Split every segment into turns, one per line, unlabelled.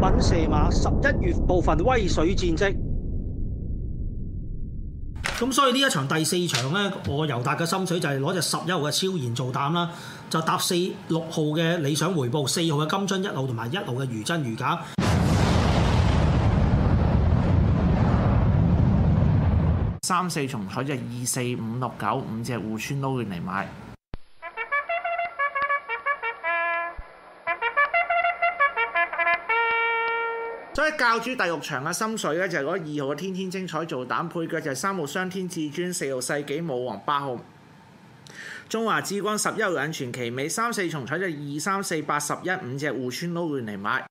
品射馬十一月部分威水戰績。咁所以呢一場第四場呢，我尤達嘅心水就係攞隻十一號嘅超然做膽啦，就搭四六號嘅理想回報，四號嘅金樽一路同埋一號嘅如真如假。
三四重彩就二四五六九五隻互村撈亂嚟買。所以教主第六場嘅心水咧就係嗰二號嘅天天精彩做膽配腳就係三號雙天至尊，四號世紀武王，八號中華之光，十一號隱傳奇美，三四重彩就二三四八十一五隻互村撈亂嚟買。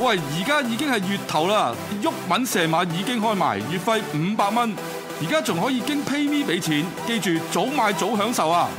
喂，而家已經係月頭啦，沃敏射馬已經開埋，月費五百蚊，而家仲可以經 PayMe 俾錢，記住早買早享受啊！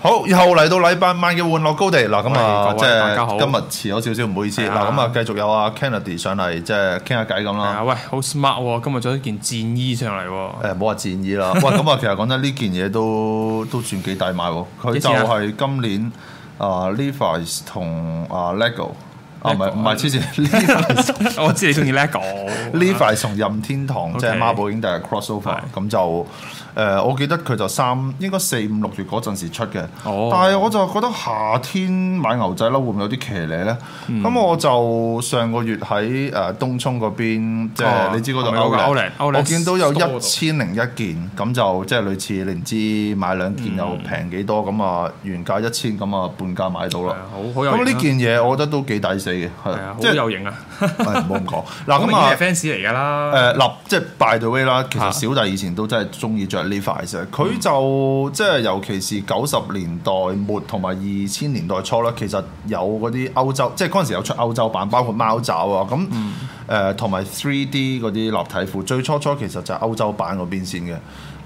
好，又嚟到禮拜晚嘅玩樂高地嗱，咁啊，
喂
即
各位大家好
係今日遲咗少少，唔好意思
係
嗱，
啊
咁啊，繼續有阿 Kennedy 上嚟，即係傾下偈咁
係啊，
啦。
喂，好 smart 喎、今日着咗件戰衣上嚟喎、
誒，冇話戰意啦。 喂，咁啊，其實講真，呢件嘢都都算幾大賣喎。佢
幾
就
錢啊
係今年啊 Levi's 同啊 LEGO 啊，唔係
Lego，
唔係黐線 Levi's
我知你中意 lego。
Levi 同任天堂
啊 OK
即係孖寶已經第日 crossover，
係
咁就誒、呃我記得佢就三應該四五六月嗰陣時出嘅，
哦
但係我就覺得夏天買牛仔褸會唔會有啲騎呢咧？咁、
嗯
我就上個月喺誒、呃、東涌嗰邊，即係、
哦
你知嗰度
係咪有個
outlet，
outlet，outlet
我見到有
store 度
一千零一件，咁就即係類似你唔知買兩件
嗯
又平幾多，咁啊、原價一千，咁啊半價買到
係
啦。
啊好好有型啊
咁呢件嘢我覺得都幾抵死嘅，
係啊，
係
好
即係
有型啊！
唉唔好咁講嗱 咁
咁明顯係
啊。
fans 嚟㗎啦。
誒呃嗱，即係 by the way 啦，其實
啊
小弟以前都真係中意着呢塊嘅，佢就即係尤其是九十年代末同埋二千年代初啦，其實有嗰啲歐洲，即係嗰陣時有出歐洲版，包括貓爪啊，咁誒同埋 three D 嗰啲立體褲，最初初其實就係歐洲版嗰邊先嘅，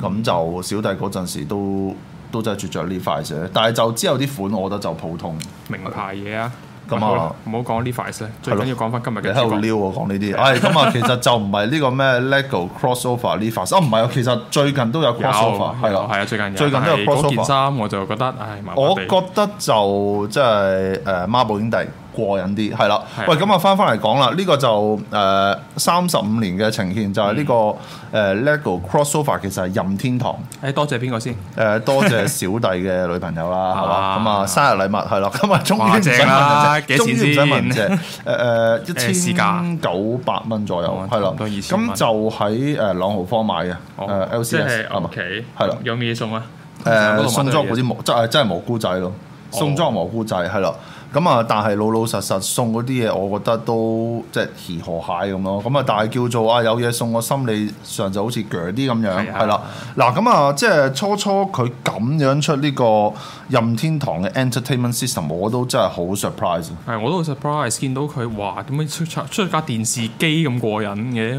咁就小弟嗰陣時都都真係着着呢塊嘅，但係就之後啲款我覺得就普通，
名牌嘢啊！
咁啊
喂好啦唔好講呢塊先，最緊要講翻今日
你
嘅
喺度
主角。
撩我講呢啲，唉，咁啊，其實就唔係呢個咩 LEGO crossover 呢 e 啊，唔係啊，其實最近都有
有
crossover，係啦，
係啊，最近有
最近都有
但係嗰件
crossover
衫我就覺得，唉，麻麻
我
地
覺得就即係呃誒孖寶兄弟過癮啲，係啦
係啊。
喂，咁啊翻翻嚟講啦，呢、個就誒三十五年嘅呈現就係呢、個
嗯
誒、呃 LEGO crossover 其實係任天堂。
誒多謝邊個先？
誒、呃多謝小弟嘅女朋友 啦，係嘛？
啊
咁啊，生日禮物係啦，咁啊，終於
哇
唔使
正啦
問
幾
啫，終
錢
於唔使問
先
啫。誒誒，
誒
一
市
千
價
九百蚊左右
哦，
係啦
差唔。多2000蚊
咁就喺誒朗豪坊買嘅，呃誒
哦即
LCS
係
係嘛
o？k
啊係啦
有咩嘢哦送啊？
誒送咗嗰啲
啲
蘑，真係真係蘑菇仔咯，送咗個蘑菇仔係啦。咁啊，但係老老實實送嗰啲嘢，我覺得都即係兒河蟹咁咯。咁啊，但係叫做啊有嘢送，我心理上就好似鋸啲咁樣，
係啊
係啦。嗱咁啊，即係初初佢咁樣出呢個任天堂嘅 Entertainment System，我都真係好 surprise。
係我都好 surprise 見到佢，哇！點解出出架電視機咁過癮嘅咁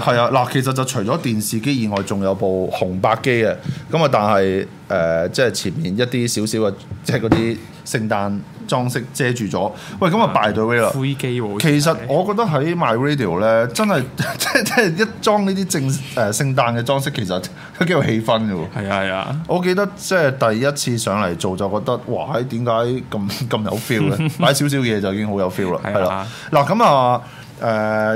誒係啊，嗱，其實就除咗電視機以外，仲有部紅白機嘅，咁啊，但係誒、呃即係前面一啲少少嘅，即係嗰啲聖誕裝飾遮住咗。喂，咁啊，by the way 啦，
灰機喎。好似
其實
係
我覺得喺 My Radio 咧，真係 即係即係一裝呢啲正誒、呃、聖誕嘅裝飾，其實都幾有氣氛嘅喎。
係啊係啊。
我記得即係第一次上嚟做就覺得，哇！喺點解咁 咁有 feel 咧？買少少嘢就已經好有 feel 啦，
係啊
係啦。嗱咁啊，誒、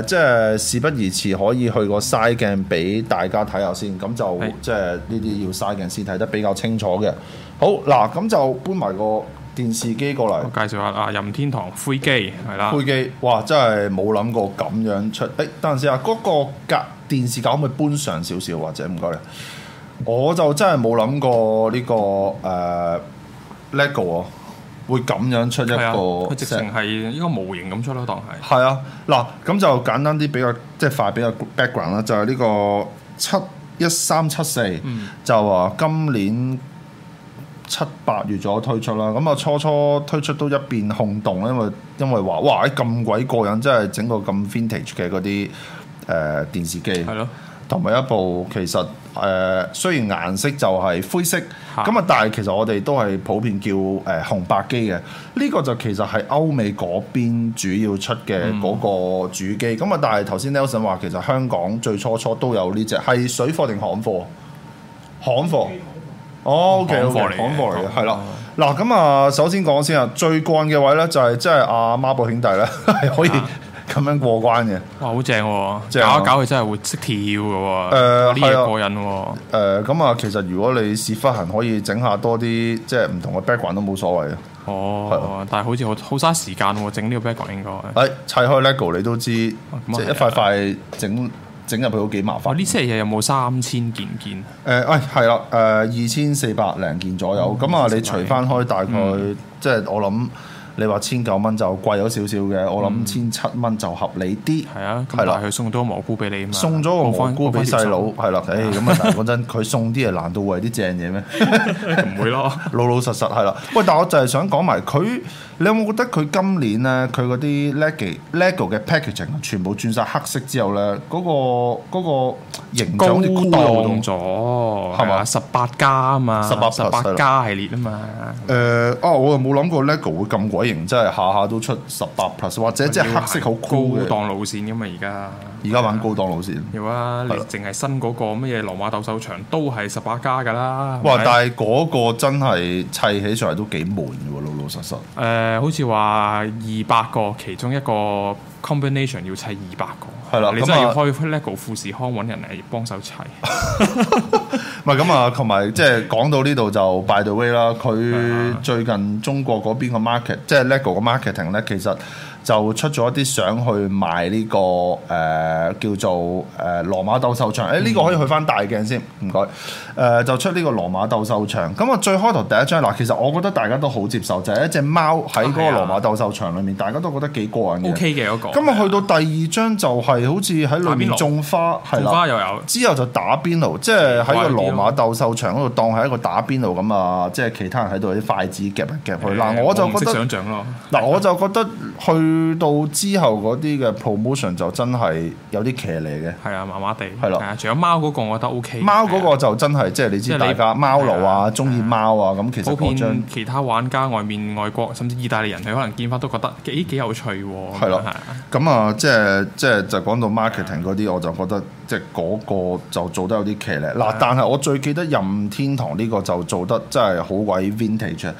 即係事不宜遲，可以去個嘥鏡俾大家睇下先。咁就
係
即係呢啲要嘥鏡先睇得比較清楚嘅。好嗱，咁就搬埋個電視機過嚟
我。介紹下啊，任天堂灰機係啦
配。機，哇！真係冇諗過咁樣出。誒、等陣先啊，嗰、個格電視架可唔可以搬上少少，啊或者唔該你？我就真係冇諗過呢、個誒、LEGO 啊，會咁樣出一
係啊，
個
佢直情係一個模型咁出咯，當係。
係啊，嗱，咁就簡單啲，比較即係快比較 background 啦，就係呢
嗯
個七一三七四，就話今年七八月左右推出啦。咁啊初初推出都一邊轟動啦，因為因為話哇咁鬼過癮，真係整個咁 vintage 嘅嗰啲誒電視機
係。咯，
同埋一部其實誒、呃、雖然顏色就係灰色，
嚇
咁啊但係其實我哋都係普遍叫誒、呃、紅白機嘅，呢、個就其實係歐美嗰邊主要出嘅
嗯
嗰個主機，咁啊、但係頭先 Nelson 話其實香港最初初都有呢只，係水貨定行貨？啊行貨。哦，OK，
行貨
OK，
嚟嘅
行貨嚟嘅，係啦
哦。
嗱咁啊，首先講先啊，最慣嘅位咧就係即係阿孖寶兄弟咧 係可以咁樣過關嘅。
哇好正喎！
正啊
搞一搞佢真係會識跳嘅
誒
喎，呢
係啊
嘢過癮喎，
誒咁啊，其實如果你屎忽痕可以整下多啲，即係唔同嘅 background 都冇所謂嘅。啊
哦，但係好似好好嘥時間喎，整呢個 background 應該。
誒砌哎開 lego 你都知，即
啊咁啊
係一
係啊
塊塊整整入去都幾麻
哇！
煩。
呢些嘢有冇三千件件？
誒誒係啦，誒二千四百零件左
哦
右，咁啊你除翻開大概
嗯
即係我諗你話千九蚊就貴咗少少嘅，我諗千七蚊就合理啲。
嗯係啊，咁
係
但
啦
係佢送多個蘑菇俾你啊嘛，
送咗個蘑菇俾細佬，
報
係啦，誒咁啊！但係講真，佢送啲嘢難道為啲正嘢咩？
返條數唔會咯。
老老實實係啦。喂，但我就係想講埋佢，你有冇覺得佢今年咧佢嗰啲 lego lego 嘅 packaging 啊全部轉晒黑色之後咧，嗰、個嗰、個形象
高
好似高到
檔咗
係嘛
十八加啊嘛，
18
十八加系列啊嘛，
誒、啊！我又冇諗過 lego 會咁鬼型，真係下下都出十八 plus，或者即係黑色好
高
cool 嘅。
檔路線噶嘛，而家
而家玩高檔路線，
有啊，你淨係新嗰個乜嘢羅馬鬥獸場都係十八加噶啦。
哇！
係咪
但係嗰個真係砌起上嚟都幾悶嘅喎，老老實實。
誒、好似話二百個，其中一個 combination 要砌二百個，
係啦
你
咁
真係
啊
要開 LEGO 富士康揾人嚟幫手砌，
唔係咁啊，同埋即係講到呢度就 by the way 啦，佢最近中國嗰邊個 market，即係 LEGO 個 marketing 咧，其實就出咗一啲相去賣呢、個誒、呃叫做誒、呃、羅馬鬥獸場。誒、呢、個
嗯
可以去翻大鏡先，唔該。誒、呃就出呢個羅馬鬥獸場。咁啊，最開頭第一張嗱，其實我覺得大家都好接受，就係、一隻貓喺嗰個羅馬鬥獸場裏面，大家都覺得幾過癮嘅。
OK 嘅嗰個。
咁啊，去到第二張就係好似喺裏面
打邊爐
種花，係
桃
啦。
花又有，
之後就打邊爐，即係喺個羅馬鬥獸場嗰度當係一個打邊爐咁啊！即係其他人喺度啲筷子夾嚟夾去。嗱、
誒
我就
唔識
覺得
想像咯，
嗱，我就覺得去到之後嗰啲嘅 promotion 就真係有啲騎呢嘅。
係啊，麻麻地，
係啦
係啊，除咗貓嗰個，我覺得 OK。
貓嗰
係
個
啊
就真係即係你
即
知
係
大
你
家貓奴
係
啊，
啊
中意貓啊，咁其實
普
嗰張
遍其他玩家外面外國甚至意大利人，佢可能見翻都覺得幾幾有趣喎。
係咯
咁樣啊
咁啊，即係即係就講到 marketing 嗰啲，我就覺得即係嗰個就做得有啲騎呢。
啊
嗱，但係我最記得任天堂呢個就做得真係好鬼 vintage 啊。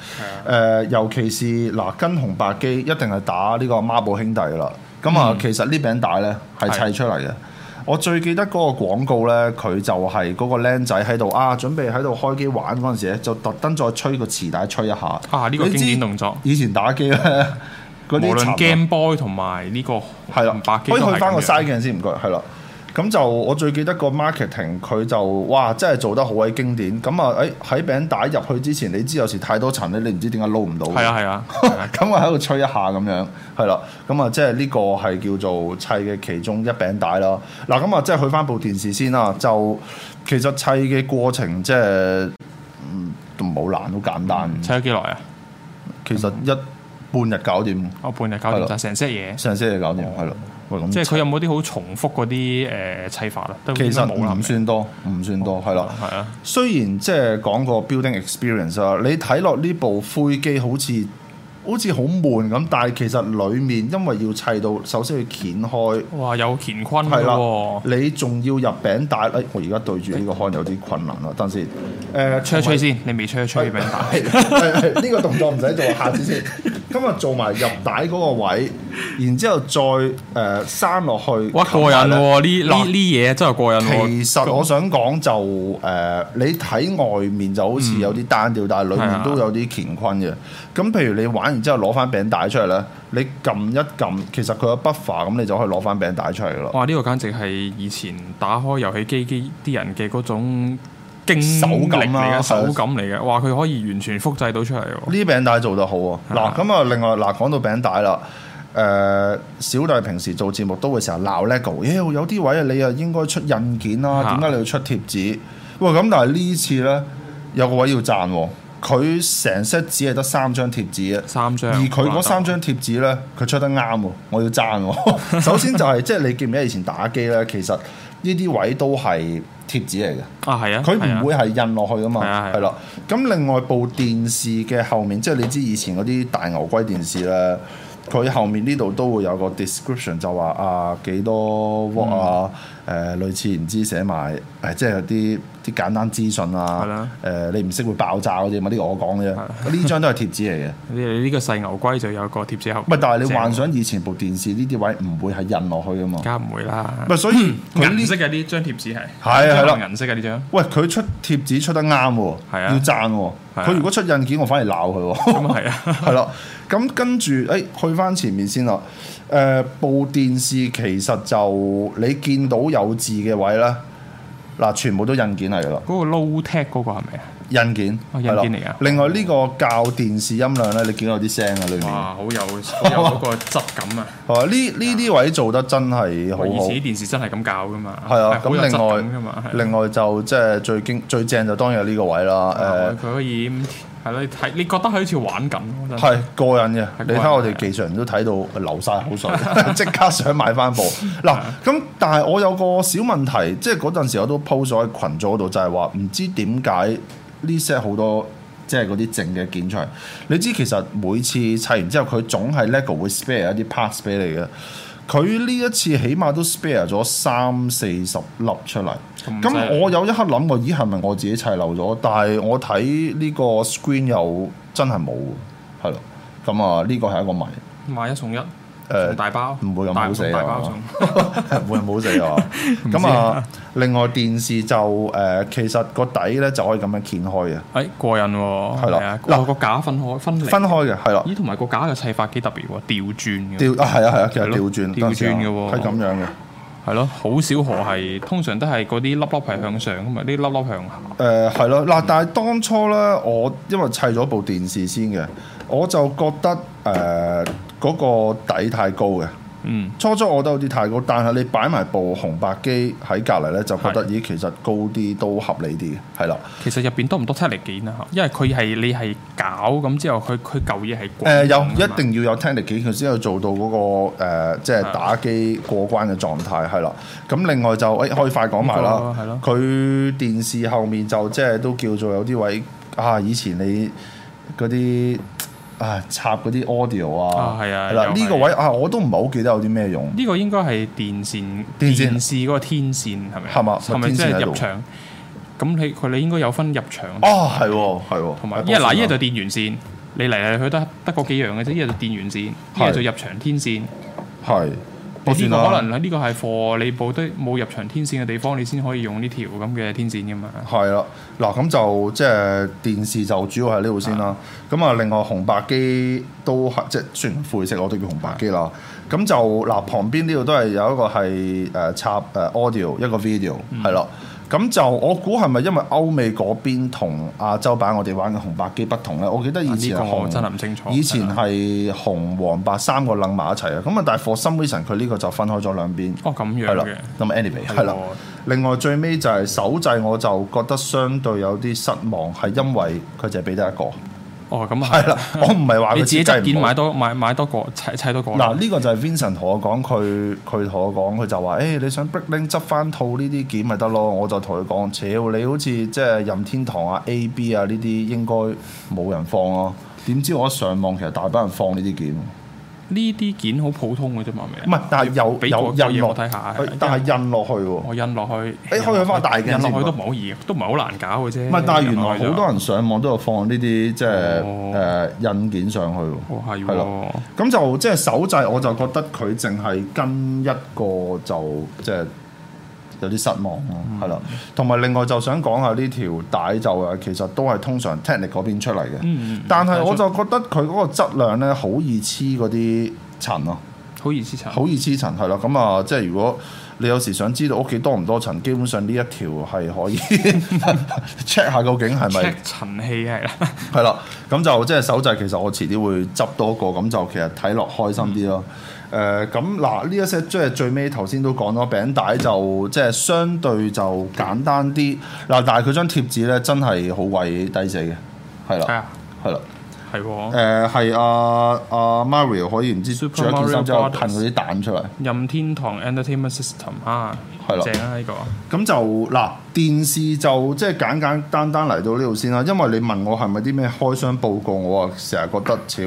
誒、尤其是嗱跟紅白機一定係打呢個孖寶兄弟㗎啦。咁
嗯
啊，其實呢餅帶呢係砌出嚟嘅。我最記得嗰個廣告呢，佢就係嗰個僆仔喺度啊，準備喺度開機玩嗰陣時咧，就特登再吹個磁帶吹一下。
啊呢個
你知
經典動作
以前打機咧，嗰啲
無論
殘
Game Boy 同埋呢個
係啦，
白機
可以
都係
去翻個
咁樣
side 鏡先，唔該，係啦。啊咁就我最記得個 marketing 佢就哇真係做得好鬼經典。咁啊誒喺餅帶入去之前，你知有時太多塵咧，你唔知點解撈唔到。
係啊係 啊係啊，
咁啊喺度吹一下咁樣，係啦，咁啊即係呢個係叫做砌嘅其中一餅帶啦。嗱，咁啊即係去翻部電視先啦，就其實砌嘅過程即係嗯都唔好難，好簡單。
砌咗幾耐啊？
其實一半日搞掂，
我半日搞
係
掂
咯
晒成 set 嘢。
成先嘢搞掂，係啦。喂，咁
即係佢有冇啲好重複嗰啲誒砌法啊？都
其實
應該冇啦
唔算多，唔算多，係啦。
係啊，
雖然即係講個 building experience 啊，你睇落呢部灰機好似好似好悶咁，但係其實裡面因為要砌到，首先要掀開，
哇有乾坤嘅
係啦，
喎，
你仲要入餅帶。哎，我而家對住呢個看有啲困難啦，等陣先。誒、
吹一吹先，你未吹一吹俾人 打，
係係係呢個動作唔使做，下次先。今日做埋入帶嗰個位，然之後再誒閂落去。
哇過癮喎！呢呢
嗱
呢嘢真係過癮喎。
其實我想講就誒、呃你睇外面就好似有啲單調，但係裡
係
面
啊
都有啲乾坤嘅。咁譬如你玩完之後攞翻餅帶出嚟咧，你撳一撳，其實佢有 buffer，咁你就可以攞翻餅帶出嚟咯。
哇！呢個簡直係以前打開遊戲機機啲人嘅嗰種經
手感
力嚟
啊
嘅
係啊
手感嚟嘅，哇！佢可以完全複製到出嚟喎。
呢餅帶做得好喎。
係
嗱
啊
咁啊，另外嗱講到餅帶啦。誒、小弟平時做節目都會成日鬧 LEGO，妖有啲位你啊應該出印件啦，
啊
點解你要出貼紙？喂，咁但係呢次咧有個位要讚喎，佢成 set 只係得三張貼紙嘅。
三張
而佢嗰三張貼紙咧，佢出得啱喎，我要爭 喎。首先就係、即係你記唔記得以前打機咧，其實呢啲位都係貼紙嚟嘅。
啊，係啊，
佢
係啊
唔會係印落去噶嘛
係啊，係啊
係啦。咁另外部電視嘅後面，即係你知以前嗰啲大牛龜電視咧，佢後面呢度都會有個 description 就話啊幾多 w 啊，誒、
嗯
類似唔知寫埋誒、即係有啲啲簡單資訊
係
啊
啦，
誒、你唔識會爆炸嗰啲嘛？呢、個我講嘅啫，呢張都係貼紙嚟嘅。
你你呢個細牛龜就有個貼紙後
唔
面，
但係你
正
幻想以前部電視呢啲位唔會係印落去噶嘛？
梗係唔會啦
唔。係，所以 佢
銀
呢
色嘅呢張貼紙係
係係啦
銀色嘅呢張，
喂佢出貼紙出得啱喎，
係啊
要讚喎。
係啊
佢如果出印件，我反而鬧佢喎。
咁 啊係啊，
係啦，咁跟住，誒、去翻前面先啦。誒、部電視其實就你見到有字嘅位咧，嗱，全部都印件嚟噶啦，
嗰個 low tech 嗰個係咪啊？
印件，
哦印
係啦
件嚟㗎
另外呢個校電視音量咧，你見到有啲聲喺裏面，
哇，好有好有嗰個質感啊！
係嘛？呢呢啲位做得真係好
喂以
好。
前啲電視真係咁搞噶嘛，
係啊，
好有
咁
質感
另
㗎嘛
外，
係啊
另外就即係最經最正就當然係呢個位啦，誒、
佢可以係咯，你睇你覺得佢好似玩緊咯，真
係過癮嘅，你睇下我哋
係
技術人都睇到流晒口 水，即刻想買翻 部。嗱，咁但係我有個小問題，即係嗰陣時我都 post 咗喺群組嗰度，就係話唔知點解呢 set 好多即係嗰啲正嘅件出嚟。你知其實每次砌完之後，佢總係 LEGO 會 spare 一啲 parts 俾你嘅。佢呢一次起碼都 spare 咗三四十粒出嚟，
咁犀
咁
利
我有一刻諗過，咦係咪我自己砌漏咗？但係我睇呢個 screen 又真係冇，係咯。咁啊，呢個係一個謎，
買一送一，
誒
送大包，
唔會咁
大
好死
大包送
啊。 會唔好死 啊！咁啊，另外電視就誒、其實個底咧就可以咁樣掀開嘅，
誒過癮喎，
係啦
啊
嗱
嗱個架分開分離，
分開嘅係啦，
咦同埋個架嘅砌法幾特別喎，調轉嘅，
調啊係啊係啊，其實
係咯
調轉
調
等陣先啊
轉嘅喎
係咁樣嘅。
係咯，好少河係通常都係嗰啲粒粒係向上噶嘛，呢粒粒向下，
誒呃係咯，嗱，但係當初咧，我因為砌咗部電視先嘅，我就覺得誒嗰、個底太高嘅。
嗯，
初初我覺得有啲太高，但係你擺埋部紅白機喺隔離咧，就覺得
係
咦，其實高啲都合理啲嘅，係啦。
其實入邊多唔多測力件啊？因為佢係你係搞咁之後，佢佢舊嘢係滾
誒有
㗎嘛
一定要有 technic 技巧先可以做到嗰、個、呃、即係打機過關嘅狀態係啦。咁另外就誒、可以快講埋啦
呢個係咯，
佢電視後面就即係都叫做有啲位啊，以前你嗰啲啊插嗰啲 audio 啊
啊，係啊
係啦
又係
呢個位啊我都唔係好記得有啲咩用，
呢個應該係電線
電線
電視嗰個天線係咪？
係嘛
係咪
咪
即
天線喺
係
度
入場？咁你佢你應該有分入場
哦係喎係喎，
同埋，
係
因為嗱，
多
依家
線
就
啊
電源線，你嚟嚟去得得嗰幾樣嘅啫，依家就電源線，依家
係
就入場天線。
係多
呢
線
個
啦
可能呢個係貨你冇得冇入場天線嘅地方，你先可以用呢條咁嘅天線噶嘛。
係啦，嗱咁就即係電視就主要係呢度先啦。咁啊，另外紅白機都係即係雖然灰色，我都叫紅白機啦。咁就嗱旁邊呢度都係有一個係誒、呃插誒、呃 audio 一個 video
嗯
係啦。咁就我估係咪因為歐美嗰邊同亞洲版我哋玩嘅紅白機不同咧？我記得以前
啊呢個
紅
我真係唔清楚
以前係紅黃白三個楞埋一齊啊。咁啊，但係 for some reason 佢呢個就分開咗兩邊。
哦，咁
係
樣
啦
嘅。，
咁 anyway
係
係啦
喎。
另外最尾就係手掣，我就覺得相對有啲失望，係因為佢就係俾得一個。
哦，咁啊
係啦，我唔係話佢
你自己
設
執
計
件
唔好
買多買買多個砌砌多個。
嗱，呢個就係 Vincent 同我講，佢佢同我講，佢就話：，誒、你想 Breaking 執翻套呢啲件咪得咯？我就同佢講：，屌，你好似即係任天堂啊、A B 啊呢啲應該冇人放咯、點知我一上網其實大把人放呢啲件，唔
呢啲件好普通嘅啫嘛，係咪
係，但係有
俾個
有印
嘢
落
我，睇下
誒。但係印落去喎。
我印落去，
誒可以去返大鏡
印落
先
去都唔好易，都唔係好難搞嘅啫。啊
唔係，但係原來
印落
好
去嗯就
多人上網都有放呢啲即係
哦
誒印件上去喎。
哦係
係
喎
咯，咁就即係手掣，我就覺得佢淨係跟一個就即係有啲失望咯，係啦。同埋另外就想講下呢條帶就誒，其實都係通常 Technic 嗰邊出嚟嘅，
嗯嗯
但係
睇
我
出
就覺得佢嗰個質量咧好易黐嗰啲塵咯。
好易思查。
好易黐塵係啦。咁啊，即係如果你有時想知道屋企多唔多塵，基本上呢一條係可以 check 下究竟係啊
check
咪
塵氣係啦，
係啦。咁就即係手掣，其實我遲啲會執多個，咁就其實睇落開心啲咯。
嗯
誒咁嗱，呢一 set 即係最尾頭先都講咗，餅帶就即係相對就簡單啲嗱，但係佢張貼紙咧真係好鬼抵死嘅，係
係
啦，
啊，
係啦。
係喎。
誒係阿阿 Mario 可以唔知着
Super
件衫之後
Mario
噴嗰啲蛋出嚟，
任天堂 Entertainment System 啊，
係啦
正啊呢個，
咁就嗱電視就即係簡簡單單嚟到呢度先啦，因為你問我係咪啲咩開箱報告，我啊成日覺得超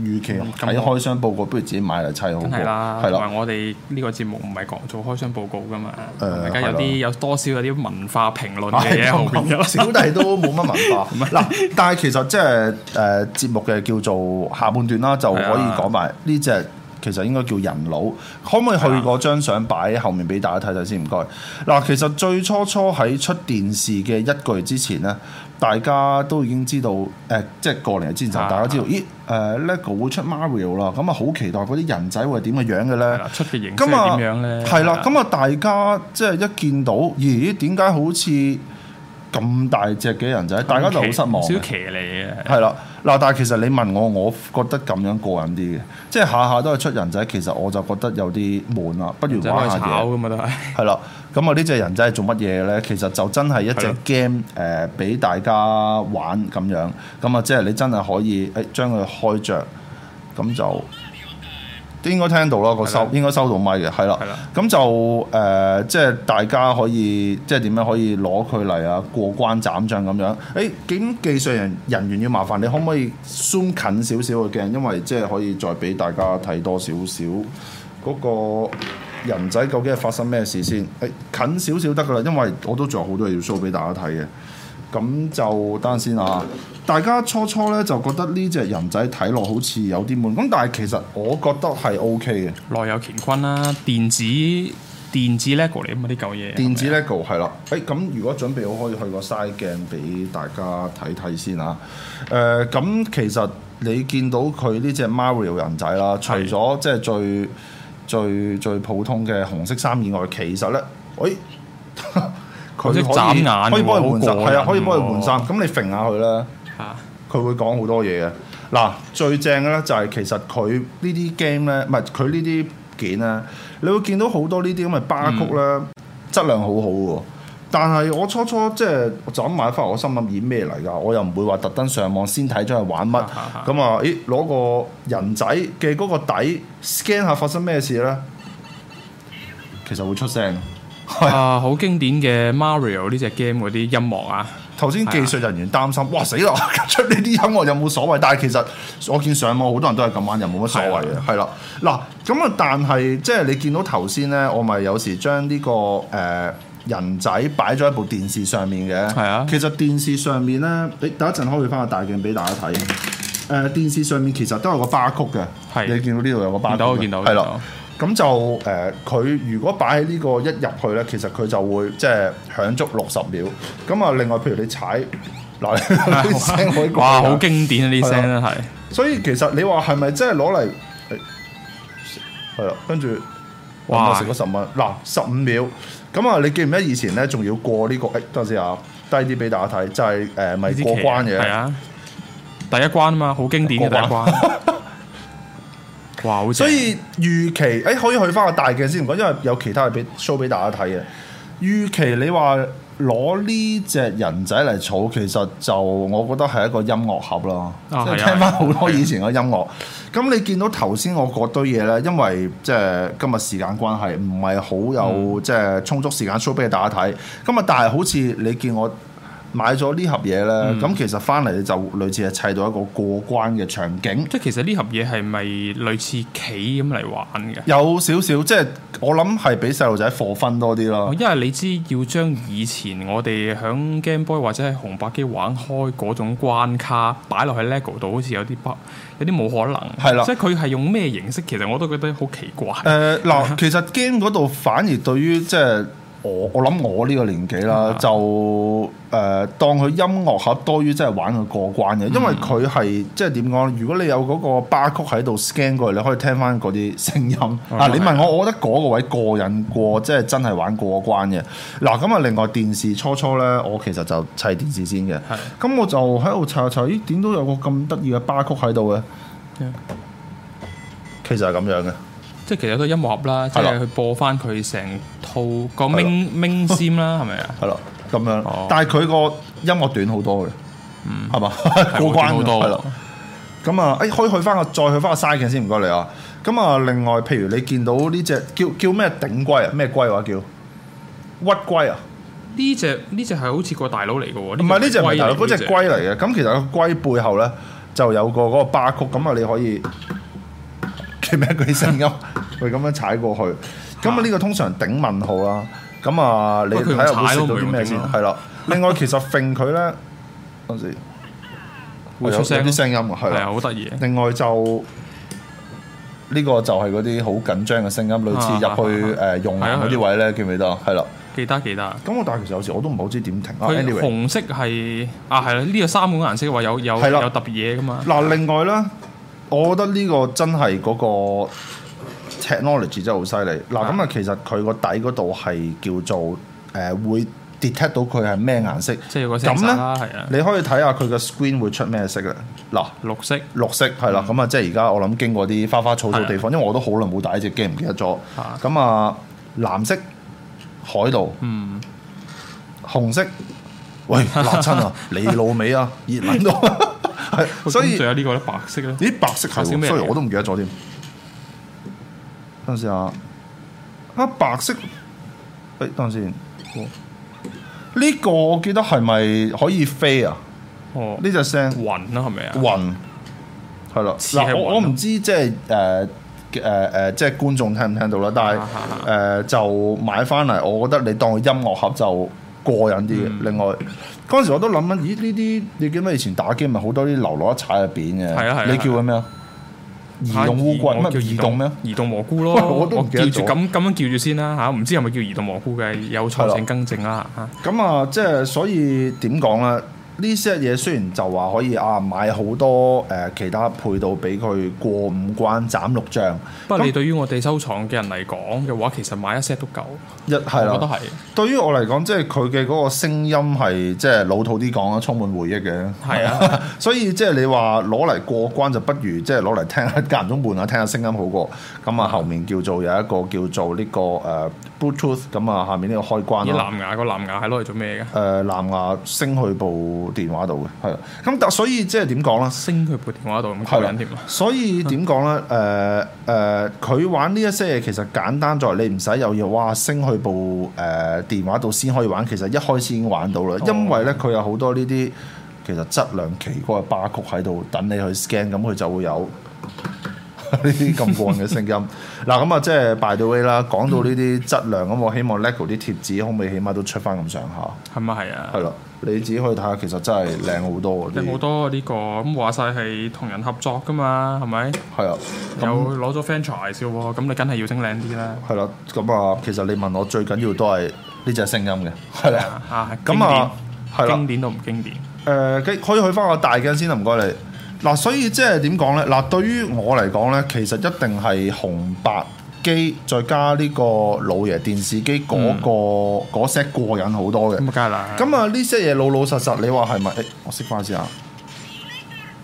預期睇開箱報告，不如自己買嚟砌好過，
嗯梗係啦。
係
同
啦
埋。我哋呢個節目唔係講做開箱報告噶嘛，
誒
大家有
係哎
啲
啦
有多少有啲文化 評論嘅
唉
嘢喺後邊㗎啦。
小弟都冇乜文化。嗱，但係其實即係誒節目嘅叫做下半段啦，就
啊
可以講埋呢只。其實應該叫人佬，可唔可以去嗰張相擺喺後面俾大家睇睇先？唔該。嗱，其實最初初喺出電視嘅一個月之前呢，大家都已經知道，誒、即係過年之前就
啊
大家知道，咦，誒、LEGO 會出 Mario 啦，咁啊好期待嗰啲人仔會係點嘅樣嘅
係
呢？
啦出嘅形式
咁啊
係點樣咧？
係啦，咁啊，大家即係一見到，咦？點解好似咁大隻嘅人仔，大家就好失望
少
嘅。
騎嚟嘅。
係啦，嗱，但係其實你問我，我覺得咁樣過癮啲嘅，即係下下都係出人仔，其實我就覺得有啲悶啦，不如
就
玩
攞
下
去炒
嘢。
噶嘛都係。
係啦，咁啊呢只人仔係做乜嘢咧？其實就真係一隻 game 誒，俾、大家玩咁樣，咁啊即係你真係可以誒將佢開着，咁就應該聽到啦個
係
收
啦
應該收到咪嘅，係啦
係啦。
咁就誒、即係大家可以即係點樣可以攞佢嚟啊過關斬將咁樣。誒、咁技術人人員要麻煩你，可唔可以 zoom 近少少嘅鏡？因為即係可以再俾大家睇多少少嗰個人仔究竟係發生咩事先。誒、近少少得噶啦，因為我都仲有好多嘢要 show 俾大家睇嘅。咁就等陣先啊！大家初初咧就覺得呢只人仔睇落好似有啲悶，咁但係其實我覺得係 O K 嘅。
內有乾坤啦，電子電子 lego 嚟啊嘛啲舊嘢。
電子 LEGO 係啦，誒咁如果準備好可以去個 side 鏡俾大家睇睇先啊。誒、咁其實你見到佢呢只 Mario 人仔啦，除咗即係最最最普通嘅紅色衫以外，其實咧，誒、 佢
紅
可
色
以
眨眼喎
可以幫佢換衫，
好過癮
係啊，可以幫佢換
喎
衫。咁你揈下佢啦。
嚇
佢會講好多嘢嘅。嗱，最正嘅咧就係其實佢呢啲 game 咧，唔係佢呢啲件咧，你會見到好多呢啲咁嘅巴曲咧，質量好好喎。但係我初初即係就咁買翻嚟，我心諗咦咩嚟㗎？我又唔會話特登上網先睇咗係玩乜
啊啊啊
咁啊？咦攞個人仔嘅嗰個底 scan 下發生咩事咧？其實會出聲。
啊，好經典嘅 Mario 呢只 game 嗰啲音樂啊，
頭先技術人員擔心，哇死啦！ 出呢啲音樂有冇所謂？但係其實我見上網好多人都係咁玩，又冇乜所謂
啊
嘅，係啦。嗱，咁啊，但係即係你見到頭先咧，我咪有時將呢、個誒、呃人仔擺咗喺部電視上面嘅。
係啊
其實電視上面咧，你等一陣可以翻個大鏡俾大家睇。誒、呃、電視上面其實都有個巴曲嘅，
係
你見到呢度有個巴曲
見到
嘅
見到
係啦
見到。
咁就誒，呃佢、如果擺喺呢個一入去咧，其實佢就會即係響足六十秒。咁啊，另外譬如你踩嗱， 呢啲聲可以講
哇，
㗎
好經典啊！呢啲聲啊，係
所以其實你話係咪真係攞嚟？誒係啦，跟住哇，
哇
食咗十蚊嗱，十五秒。咁啊，你記唔記得以前咧仲要過呢、個？誒，等陣先啊，低啲俾大家睇，就係誒咪
呢啲
過關嘅。
係啊，第一關啊嘛，好經典嘅第
過
一關。 哇，好正
所以預期誒、可以去翻個大鏡先唔講，因為有其他嘢俾 show 俾大家睇嘅。預期你話攞呢只人仔嚟儲，其實就我覺得係一個音樂盒啦，
啊
即係
係啊
聽翻好
係
多
啊
以前嘅音樂。咁你見到頭先我嗰堆嘢咧，因為即係今日時間關係，唔係好
嗯
有即係充足時間 show 俾大家睇。咁啊，但係好似你見我。買咗呢盒嘢咧，
嗯
咁、其實翻嚟就類似係砌到一個過關嘅場景。
即係其實呢盒嘢係咪類似棋咁嚟玩嘅？
有少少，即係我諗係俾細路仔課分多啲
哦
咯。
因為你知要將以前我哋響 Game Boy 或者係紅白機玩開嗰種關卡擺落去 LEGO 度，好似有啲不有啲冇可能。
係啦
即係佢係用咩形式，其實我都覺得好奇怪。
誒呃嗱、 其實 game 嗰度反而對於即係我我諗我呢個年紀啦，就誒、當佢音樂盒多於即係玩佢過關嘅，因為佢係即係點講？如果你有嗰個巴曲喺度 scan 過嚟，你可以聽翻嗰啲聲音。啊，你問我，我覺得嗰個位過癮過，即係真係玩過關嘅。嗱，咁啊，另外電視初初咧，我其實就砌電視先嘅。咁我就喺度查查，咦點都有個咁得意嘅巴曲喺度嘅
嗯。
其實係咁樣嘅，
即係其實都係音樂盒啦，即
係啦
係去播翻佢成套個
係啦
main main 先啦，係咪啊？
係啦，咁樣。
哦嗯
但係佢個音樂短好多嘅，係嘛？
係
過
我見好
關
多
係啦。咁啊，誒可以去翻個再去翻個 size 嘅先，唔該你啊。咁啊，另外譬如你見到呢只叫叫咩頂龜啊，咩龜話叫屈龜啊？
呢只呢只係好似個大佬嚟嘅喎，
唔係呢只唔係大佬，
龜嚟嘅
嗰只龜嚟嘅。咁其實個龜背後咧就有個嗰個巴曲，咁啊你可以 叫咩佢聲音，佢咁樣踩過去。咁啊呢個通常頂問號啦。咁啊你
喂佢唔
睇下會
踩
食
咯
到啲咩先？
唔用頂咯
係啦。另外其實揈佢咧，嗰時
會
有
出聲
有
咯
啲聲音嘅，係
係
啦
啊，。好得意嘅。
另外就呢、個就係嗰啲好緊張嘅聲音，類似入去
啊啊啊
誒用
係
眼
啊
嗰啲位咧，記唔記得啊？係啦。
記得記得。
咁我但係其實有時我都唔係好知點停啊。
佢
anyway，
紅色係啊係啦，呢個三個顏色話有有
係啦
有特別嘢噶嘛。
嗱，另外咧，我覺得呢個真係嗰個 technology 真係好犀利。嗱，咁啊，其實佢個底嗰度係叫做誒、呃、會 detect 到佢係咩顏色。
即係有個
咁
sensor
咧
啦係啊
你可以睇下佢嘅 screen 會出咩色咧。嗱。
綠色
綠色係
嗯
啦，咁啊，即係而家我諗經過啲花花草草地方，因為我都好耐冇打呢只 game，唔記得咗。
啊
咁啊，藍色海盜，
嗯，
紅色，喂，辣親 啊，你老味啊，熱撚到，係，
喂
所
咁
以
仲有呢個咧白色咧，
咦，白色係
白色
喎，
咩嚟
所
㗎
以我都唔記得咗添。等陣先啊，啊白色，誒等陣先，呢個我記得係咪可以飛啊？
哦
呢只聲。
雲啦係咪啊？
雲係啦。
似係
嗱，我
雲
我唔知即係誒誒誒，即係觀眾聽唔聽到啦。但係誒
啊啊、
就買翻嚟，我覺得你當佢音樂盒就過癮啲嘅。
嗯
另外嗰陣時我都諗緊，咦呢啲你記唔記得以前打機咪好多啲流落一踩入邊嘅？
係啊係啊
你叫佢咩啊？移動烏龜
我
乜
叫
移動咩？？
移動蘑菇咯，
喂我都唔記得
叫
咗
住咁咁樣叫住先啦嚇，唔知係咪叫移動蘑菇嘅？有
係
錯
啦
請更正啦嚇。
咁啊，即係所以點講咧？呢些嘢雖然就話可以啊買好多誒、呃其他配套俾佢過五關斬六將，
不過
咁
你對於我哋收藏嘅人嚟講嘅話，其實買一 set 都夠，
一係
我
啦
覺得。係
對於我嚟講，即係佢嘅嗰個聲音係即係老土啲講啊啦，充滿回憶嘅。
係啊，
所以即係你話攞嚟過關就不如即係攞嚟聽下間唔中換下聽下聲音好過。咁啊，後面叫做有一個叫做呢、個誒、呃 Bluetooth，咁啊下面呢個開關
啲
啦。
藍牙個藍牙係攞嚟做咩嘅？
誒、藍牙升去部電話度嘅，係啊。咁但所以即係點講咧？
升佢部電話度咁
係
過
啦
癮添啊！
所以點講咧？誒誒、 佢玩呢一些嘢其實簡單在你唔使有嘢，哇升去部誒、電話度先可以玩。其實一開始已經玩到
哦
啦，因為咧佢有好多呢啲其實質量奇怪嘅巴曲喺度等你去 scan，咁佢就會有 呢啲咁過癮嘅聲音。嗱咁啊，即係 by the way 啦，講到呢啲質量咁，我希望 LEGO 啲貼紙可唔可以起碼都出翻咁上下？
係咪係啊
係？啦，你自己可以睇下，其實真係靚好多嗰
有好
啲，
多呢個咁話晒係同人合作噶嘛，係咪？
係啊。
有攞咗 franchise 嘅喎，咁你梗係要整靚啲啦。
係啦，咁啊，其實你問我最緊要都係呢隻聲音嘅，係啦，
啊，
咁啊，係
經
啦
典，經，典到唔經典，
誒，可以可以去翻個大鏡先啦，唔該你。嗱，所以即係點講咧？嗱，對於我嚟講咧，其實一定係紅白機再加呢個老爺電視機嗰、個
嗯
嗰 set 過癮好多嘅。
咁啊梗係啦。
咁啊，呢些嘢老老實實，你話係咪？誒，我識翻先啊，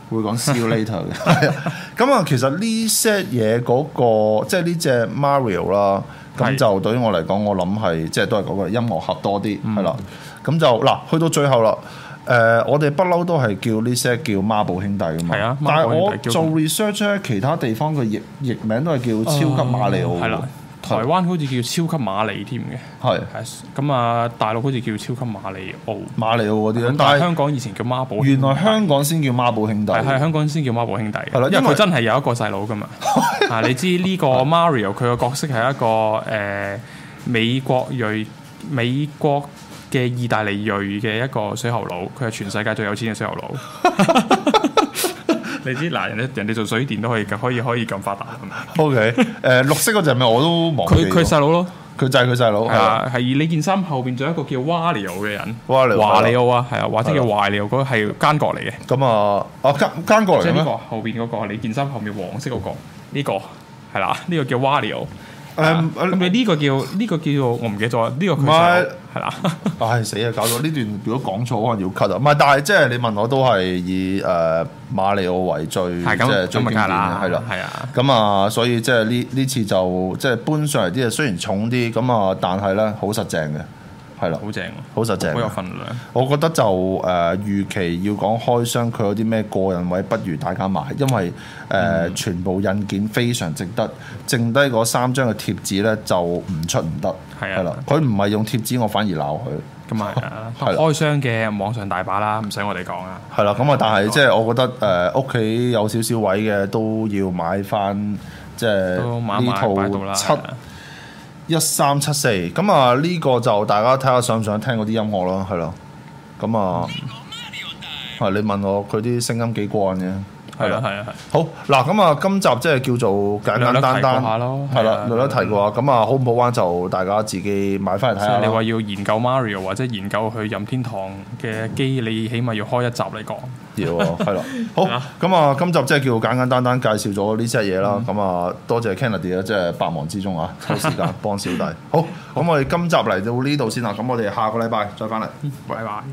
會講 see you later 嘅。 係啊咁啊，其實呢些嘢嗰個，即係呢只 Mario 啦，咁
係
就對於我嚟講，我諗係即係都係嗰個音樂盒多啲，係啦。咁就嗱，去到最後啦。誒、我哋不嬲都係叫呢些叫孖寶兄弟噶嘛，
係啊
但係
孖寶兄弟
我
叫
做 research 咧，其他地方嘅譯譯名都係叫超級馬里奧，
哦係啦，台灣好似叫超級馬里添嘅，
係
係咁啊，大陸好似叫超級馬里奧，
馬里奧嗰啲啦
咁，但係
但係
香港以前叫孖寶兄弟，
原來香港先叫孖寶兄弟，
係係香港先叫孖寶兄弟嘅，
係啦
因
因
為
為
佢真係有一個細佬 噶嘛。啊，你知呢 個 Mario 佢個角色係一個誒、呃美國裔美國嘅意大利裔嘅一個水喉佬，佢係全世界最有錢嘅水 喉佬。你知嗱，人哋人哋做水電都可以咁可以可以咁發達㗎嘛
O K，誒呃綠色嗰隻係咩我都忘記
佢
咗
佢細佬咯，
佢就係佢細佬，
係
係啊，
啊，係而呢件衫後邊仲有一個叫 Wario 嘅人，
華利奧
華利奧啊，係啊，或者叫華利奧嗰個係奸角嚟嘅。
咁啊，啊奸奸過嚟
即係
嘅
呢個
咩？
後邊嗰個，你件衫後面黃色嗰個，呢個係啦，呢個叫 Wario。
誒嗯
咁你呢個叫呢個叫做我唔記得咗，呢個
啊唔
佢
係
係 啦，
唉死啊！搞到呢段如果講錯可能要 cut 啊，唔係，但係即係你問我都係以誒馬里奧為最即
係咁
係
咁
最經
咪
典
梗係
嘅，
啦，
係啦。
係啊，
咁啊，所以即係呢呢次就即係搬上嚟啲嘢，雖然重啲，咁啊，但係咧好實正嘅，係啦
好正喎，
好實正啊
好有份量。
我覺得就誒、呃、預期要講開箱，佢有啲咩個人位，不如大家買，因為誒、
嗯
呃全部印件非常值得，剩低嗰三張嘅貼紙咧就唔出唔得，
係啊
係啦，佢唔係用貼紙，我反而鬧佢，
咁啊，係啊
係啦
開箱嘅網上大把啦，唔使我哋講啊。
係啦，咁啊，但係即係我覺得呃誒屋企有少少位嘅都要買翻，即係
都買一
呢
買擺到啦，啊
套七一三七四，咁啊呢個就大家睇下想唔想聽嗰啲音樂啦，係咯，咁啊，係你問我佢啲聲音幾過癮嘅。啊
係啦，係啦，啊係。
好嗱，咁啊，今集即係叫做簡簡單
略略提過
單
下咯
係
係啊
啦，略略提過下。咁啊，好唔好玩就大家自己買翻嚟睇
即係啊
下
你話
啦。
要研究 Mario 或者研究去任天堂嘅機，你起碼要開一集嚟講。
要喎係啦，好 咁啊，今集即係叫簡簡單單介紹咗呢隻嘢啦。
嗯
咁啊，多謝 Kennedy 啊，即係百忙之中 啊，抽時間幫小弟。好，咁我哋今集嚟到呢度先啦。咁我哋下個禮拜再翻嚟。
拜拜。